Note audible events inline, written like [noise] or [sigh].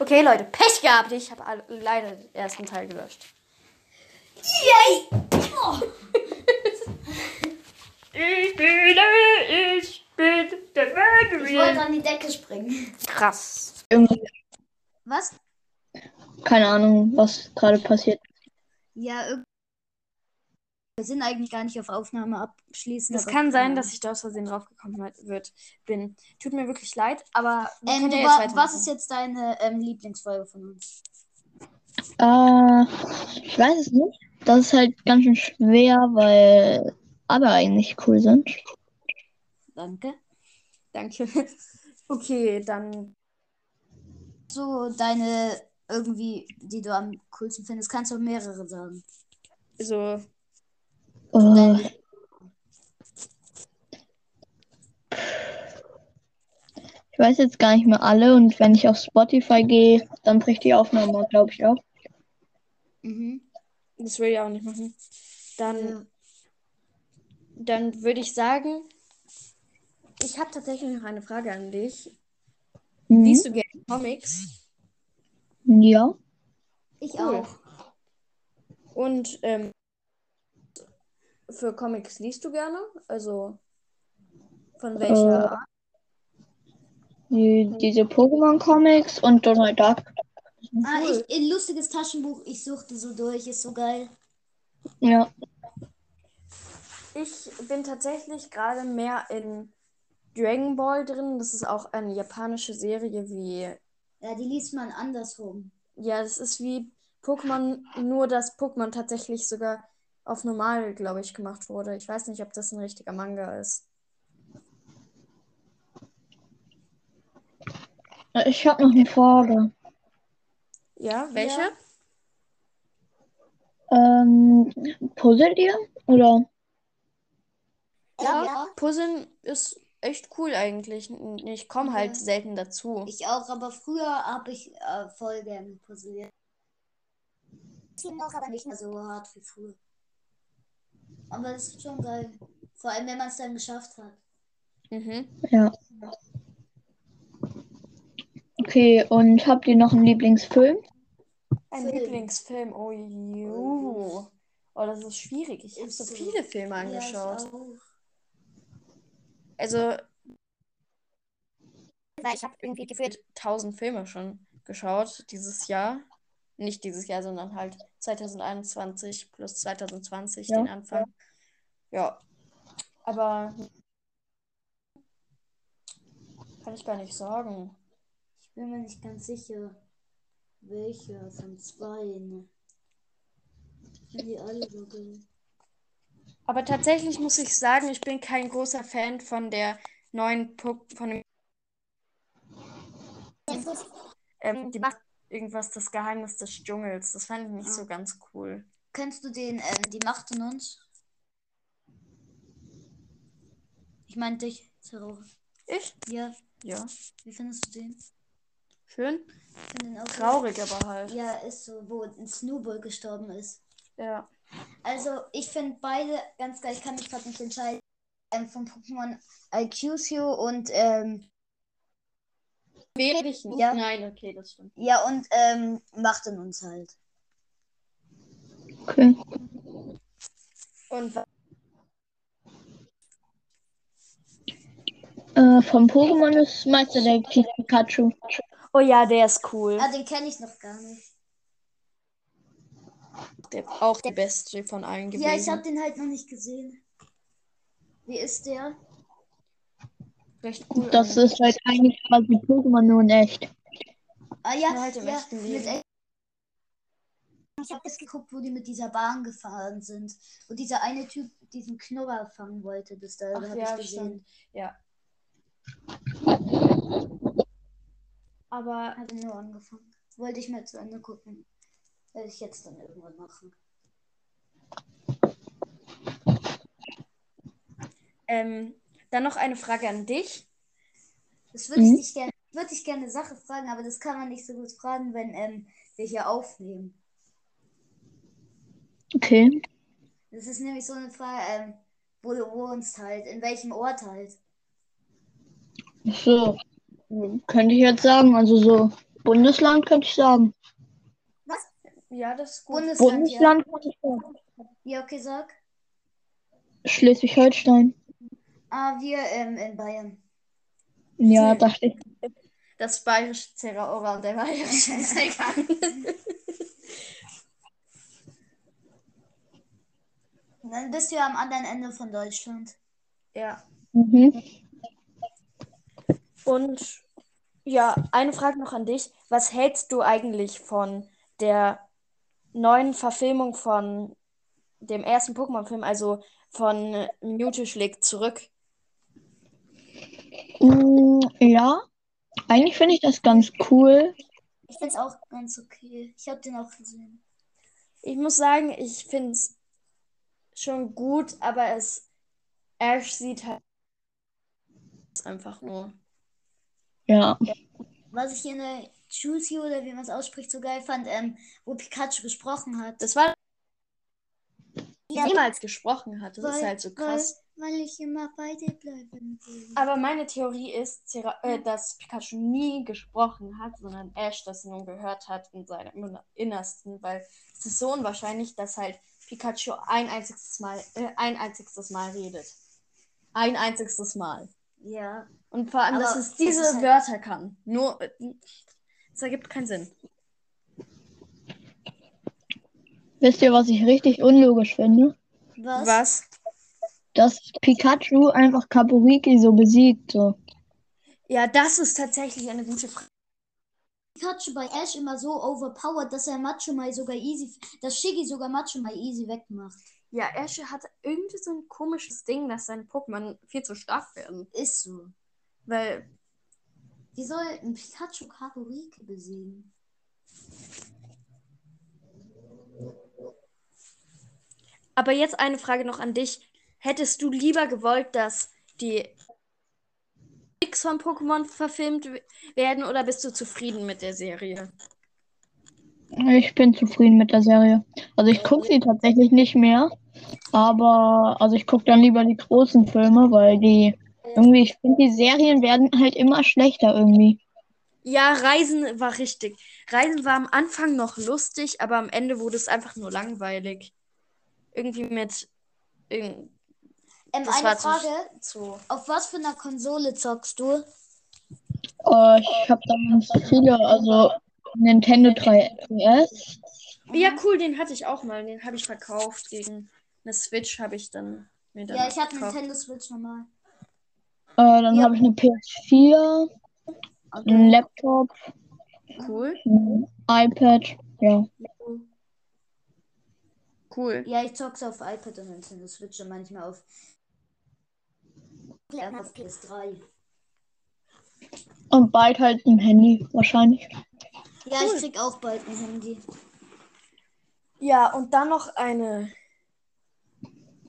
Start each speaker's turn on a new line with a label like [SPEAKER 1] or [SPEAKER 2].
[SPEAKER 1] Okay, Leute, Pech gehabt. Ich habe alle- leider den ersten Teil gelöscht.
[SPEAKER 2] Yay! Oh.
[SPEAKER 1] Ich bin, ich bin der
[SPEAKER 2] Ich wollte an die Decke springen.
[SPEAKER 1] Krass.
[SPEAKER 3] Irgendwie,
[SPEAKER 4] Was?
[SPEAKER 3] keine Ahnung, was gerade passiert.
[SPEAKER 4] Ja, irgendwie. Wir sind eigentlich gar nicht auf Aufnahme abschließen.
[SPEAKER 1] Es
[SPEAKER 4] aber-
[SPEAKER 1] kann sein, dass ich da aus Versehen draufgekommen hat- wird, bin. Tut mir wirklich leid, aber wir
[SPEAKER 4] Ähm,
[SPEAKER 1] können
[SPEAKER 4] du,
[SPEAKER 1] ja
[SPEAKER 4] wa-
[SPEAKER 1] jetzt
[SPEAKER 4] was ist jetzt deine ähm, Lieblingsfolge von uns?
[SPEAKER 3] Ah, ich weiß es nicht. Das ist halt ganz schön schwer, weil aber eigentlich cool sind.
[SPEAKER 4] Danke.
[SPEAKER 1] Danke. [laughs] Okay, dann.
[SPEAKER 4] So, deine irgendwie, die du am coolsten findest, kannst du auch mehrere sagen.
[SPEAKER 1] So.
[SPEAKER 3] Oh,
[SPEAKER 4] Deine,
[SPEAKER 3] ich weiß jetzt gar nicht mehr alle und wenn ich auf Spotify gehe, dann bricht die Aufnahme, glaube ich auch.
[SPEAKER 4] mhm.
[SPEAKER 1] Das würde ich auch nicht machen. Dann, dann würde ich sagen, ich habe tatsächlich noch eine Frage an dich.
[SPEAKER 3] Mhm.
[SPEAKER 1] Liest du gerne Comics?
[SPEAKER 3] Ja.
[SPEAKER 4] Ich
[SPEAKER 1] Cool.
[SPEAKER 4] auch.
[SPEAKER 1] Und ähm, für Comics liest du gerne? Also von welcher Art?
[SPEAKER 3] Die, diese Pokémon-Comics und Donald Duck.
[SPEAKER 4] Ah,
[SPEAKER 1] Cool.
[SPEAKER 4] ich, ein lustiges Taschenbuch, ich suchte so durch, ist so geil.
[SPEAKER 3] Ja.
[SPEAKER 1] Ich bin tatsächlich gerade mehr in Dragon Ball drin. Das ist auch eine japanische Serie wie.
[SPEAKER 4] Ja, die liest man andersrum.
[SPEAKER 1] Ja, das ist wie Pokémon, nur dass Pokémon tatsächlich sogar auf normal, glaube ich, gemacht wurde. Ich weiß nicht, ob das ein richtiger Manga ist.
[SPEAKER 3] Ich habe noch eine Frage.
[SPEAKER 1] Ja, welcher?
[SPEAKER 4] Ja.
[SPEAKER 3] Ähm, puzzelt ihr? Oder?
[SPEAKER 1] Ja, Puzzeln ist echt cool eigentlich. Ich komme halt
[SPEAKER 4] Ja.
[SPEAKER 1] selten dazu.
[SPEAKER 4] Ich auch, aber früher habe ich äh, voll gerne puzzliert.
[SPEAKER 2] Noch, aber
[SPEAKER 4] Nicht mehr so hart wie früher. Aber das ist schon geil. Vor allem, wenn man es dann geschafft hat.
[SPEAKER 1] Mhm.
[SPEAKER 3] Ja. Okay, und habt ihr noch einen Lieblingsfilm?
[SPEAKER 1] Ein
[SPEAKER 4] Film.
[SPEAKER 1] Lieblingsfilm. Oh, ju. Oh, das ist schwierig. Ich habe
[SPEAKER 4] Ist
[SPEAKER 1] so
[SPEAKER 4] so.
[SPEAKER 1] viele Filme
[SPEAKER 4] Ja, ich
[SPEAKER 1] angeschaut.
[SPEAKER 4] auch.
[SPEAKER 1] Also
[SPEAKER 2] weil ich habe irgendwie gefühlt.
[SPEAKER 1] tausend Filme schon geschaut dieses Jahr. Nicht dieses Jahr, sondern halt 2021 plus 2020,
[SPEAKER 3] Ja.
[SPEAKER 1] den Anfang. Ja. Aber kann ich gar nicht sagen.
[SPEAKER 4] Ich bin mir nicht ganz sicher, welcher von zwei. Ne? Ich finde die alle so geil.
[SPEAKER 1] Aber tatsächlich muss ich sagen, ich bin kein großer Fan von der neuen po von dem, ähm, die macht irgendwas das Geheimnis des Dschungels. Das fand ich nicht so ganz cool.
[SPEAKER 4] Kennst du den, ähm, die Macht in uns? Ich meine dich, Zero.
[SPEAKER 1] Ich?
[SPEAKER 4] Ja,
[SPEAKER 1] Ja.
[SPEAKER 4] wie findest du den?
[SPEAKER 1] Schön.
[SPEAKER 4] Ich finde den auch gut.
[SPEAKER 1] Traurig aber halt.
[SPEAKER 4] Ja, ist so, wo ein Snowball gestorben ist.
[SPEAKER 1] Ja.
[SPEAKER 4] Also, ich finde beide ganz geil. Ich kann mich gerade nicht entscheiden. Ähm, von Pokémon Aikyushu und, ähm,
[SPEAKER 1] Wäre ich nicht.
[SPEAKER 4] Ja.
[SPEAKER 1] Nein, okay, das stimmt.
[SPEAKER 4] ja, und, ähm, Macht in uns halt.
[SPEAKER 3] Okay.
[SPEAKER 1] Und wa-
[SPEAKER 3] Äh, vom Pokémon ist Meisterdetektiv Pikachu.
[SPEAKER 1] Oh ja, der ist cool.
[SPEAKER 4] Ah, den kenne ich noch gar nicht.
[SPEAKER 1] Der ist auch der beste von allen gewesen.
[SPEAKER 4] Ja, ich habe den halt noch nicht gesehen. Wie ist der?
[SPEAKER 1] recht cool.
[SPEAKER 3] Das ist halt eigentlich quasi Pokémon nur in echt.
[SPEAKER 4] Ah ja,
[SPEAKER 1] Ja, halt im
[SPEAKER 4] ja
[SPEAKER 1] echten
[SPEAKER 4] mit
[SPEAKER 1] Leben.
[SPEAKER 4] echt- ich habe das geguckt, wo die mit dieser Bahn gefahren sind. Und dieser eine Typ diesen Knurrer fangen wollte, das da
[SPEAKER 1] Ach
[SPEAKER 4] habe
[SPEAKER 1] ja,
[SPEAKER 4] ich gesehen.
[SPEAKER 1] stimmt. Ja. Aber
[SPEAKER 4] Habe nur angefangen. Wollte ich mir zu Ende gucken. Werde ich jetzt dann irgendwann machen.
[SPEAKER 1] ähm, dann noch eine Frage an dich.
[SPEAKER 4] Das würde ich
[SPEAKER 3] Mhm.
[SPEAKER 4] dich gerne, würde ich gerne eine Sache fragen, aber das kann man nicht so gut fragen, wenn ähm, wir hier aufnehmen.
[SPEAKER 3] Okay.
[SPEAKER 4] Das ist nämlich so eine Frage, ähm, wo du wohnst halt, in welchem Ort halt.
[SPEAKER 3] So. Könnte ich jetzt sagen, also so Bundesland könnte ich sagen.
[SPEAKER 1] Ja, das ist gut.
[SPEAKER 4] Bundesland. ja.
[SPEAKER 3] Bundesland könnte ich sagen.
[SPEAKER 4] ja, okay, sag.
[SPEAKER 3] Schleswig-Holstein.
[SPEAKER 4] Ah, wir ähm,
[SPEAKER 1] [laughs]
[SPEAKER 4] in Bayern.
[SPEAKER 3] Ja, dachte ich.
[SPEAKER 1] Das bayerische Zera Ora und der bayerische Zera.
[SPEAKER 4] Und dann bist du ja am anderen Ende von Deutschland.
[SPEAKER 1] ja.
[SPEAKER 3] Mhm.
[SPEAKER 1] Und ja, eine Frage noch an dich. Was hältst du eigentlich von der neuen Verfilmung von dem ersten Pokémon-Film, also von Mewtwo schlägt zurück?
[SPEAKER 3] Mm, ja, eigentlich finde ich das ganz cool.
[SPEAKER 4] Ich find's auch ganz okay. Ich hab den auch gesehen.
[SPEAKER 1] Ich muss sagen, ich finde es schon gut, aber es Ash sieht halt einfach nur.
[SPEAKER 3] Ja.
[SPEAKER 4] Was ich in der Juicy oder wie man es ausspricht so geil fand, ähm, wo Pikachu gesprochen hat.
[SPEAKER 1] Das war
[SPEAKER 4] Ja.
[SPEAKER 1] niemals gesprochen hat. Das ist
[SPEAKER 4] Weil-
[SPEAKER 1] halt so krass.
[SPEAKER 4] Weil, weil ich immer bei dir bleiben will.
[SPEAKER 1] Aber meine Theorie ist, Zera äh, dass Pikachu nie gesprochen hat, sondern Ash das nur gehört hat in seinem Inner- Innersten, weil es ist so unwahrscheinlich, dass halt Pikachu ein einziges Mal, äh, ein einziges Mal redet. Ein einziges Mal.
[SPEAKER 4] Ja.
[SPEAKER 1] Und vor allem,
[SPEAKER 4] Aber
[SPEAKER 1] dass es
[SPEAKER 4] es
[SPEAKER 1] diese
[SPEAKER 4] ist halt-
[SPEAKER 1] Wörter kann. Nur, äh, es ergibt keinen Sinn.
[SPEAKER 3] Wisst ihr, was ich richtig unlogisch finde?
[SPEAKER 4] Was?
[SPEAKER 3] Dass Pikachu einfach Kaburiki so besiegt. So.
[SPEAKER 1] Ja, das ist tatsächlich eine gute Frage.
[SPEAKER 4] Pikachu bei Ash immer so overpowered, dass er Machomai sogar easy, dass Shiggy sogar Machomai easy wegmacht.
[SPEAKER 1] Ja, Ash hat irgendwie so ein komisches Ding, dass seine Pokémon viel zu stark werden.
[SPEAKER 4] Ist so.
[SPEAKER 1] Weil,
[SPEAKER 4] Wie soll ein Pikachu Kaburike besiegen?
[SPEAKER 1] aber jetzt eine Frage noch an dich. Hättest du lieber gewollt, dass die X von Pokémon verfilmt w- werden oder bist du zufrieden mit der Serie?
[SPEAKER 3] Ich bin zufrieden mit der Serie. Also ich gucke sie tatsächlich nicht mehr. Aber also ich gucke dann lieber die großen Filme, weil die irgendwie, ich finde, die Serien werden halt immer schlechter irgendwie.
[SPEAKER 1] Ja, Reisen war richtig. Reisen war am Anfang noch lustig, aber am Ende wurde es einfach nur langweilig. Irgendwie mit. Irgend
[SPEAKER 4] Ähm,
[SPEAKER 1] Das
[SPEAKER 4] eine
[SPEAKER 1] war zu-
[SPEAKER 4] Frage.
[SPEAKER 1] zu.
[SPEAKER 4] Auf was für einer Konsole zockst du?
[SPEAKER 3] Äh, ich habe da ganz viele, also Nintendo 3DS.
[SPEAKER 1] Ja,
[SPEAKER 4] Mhm.
[SPEAKER 1] cool, den hatte ich auch mal. Den habe ich verkauft. Gegen eine Switch habe ich dann mir dann
[SPEAKER 4] Ja, ich habe
[SPEAKER 1] gekauft.
[SPEAKER 4] Nintendo Switch normal.
[SPEAKER 3] Äh, dann
[SPEAKER 4] Ja.
[SPEAKER 3] habe ich eine PS4, einen Laptop,
[SPEAKER 1] Cool,
[SPEAKER 3] ein iPad. Ja.
[SPEAKER 1] cool.
[SPEAKER 4] Ja, ich zock's auf iPad und Nintendo Switch und manchmal auf, ja, auf PS3.
[SPEAKER 3] Und bald halt ein Handy wahrscheinlich.
[SPEAKER 4] Ja,
[SPEAKER 1] Cool.
[SPEAKER 4] ich krieg auch bald ein Handy.
[SPEAKER 1] Ja, und dann noch eine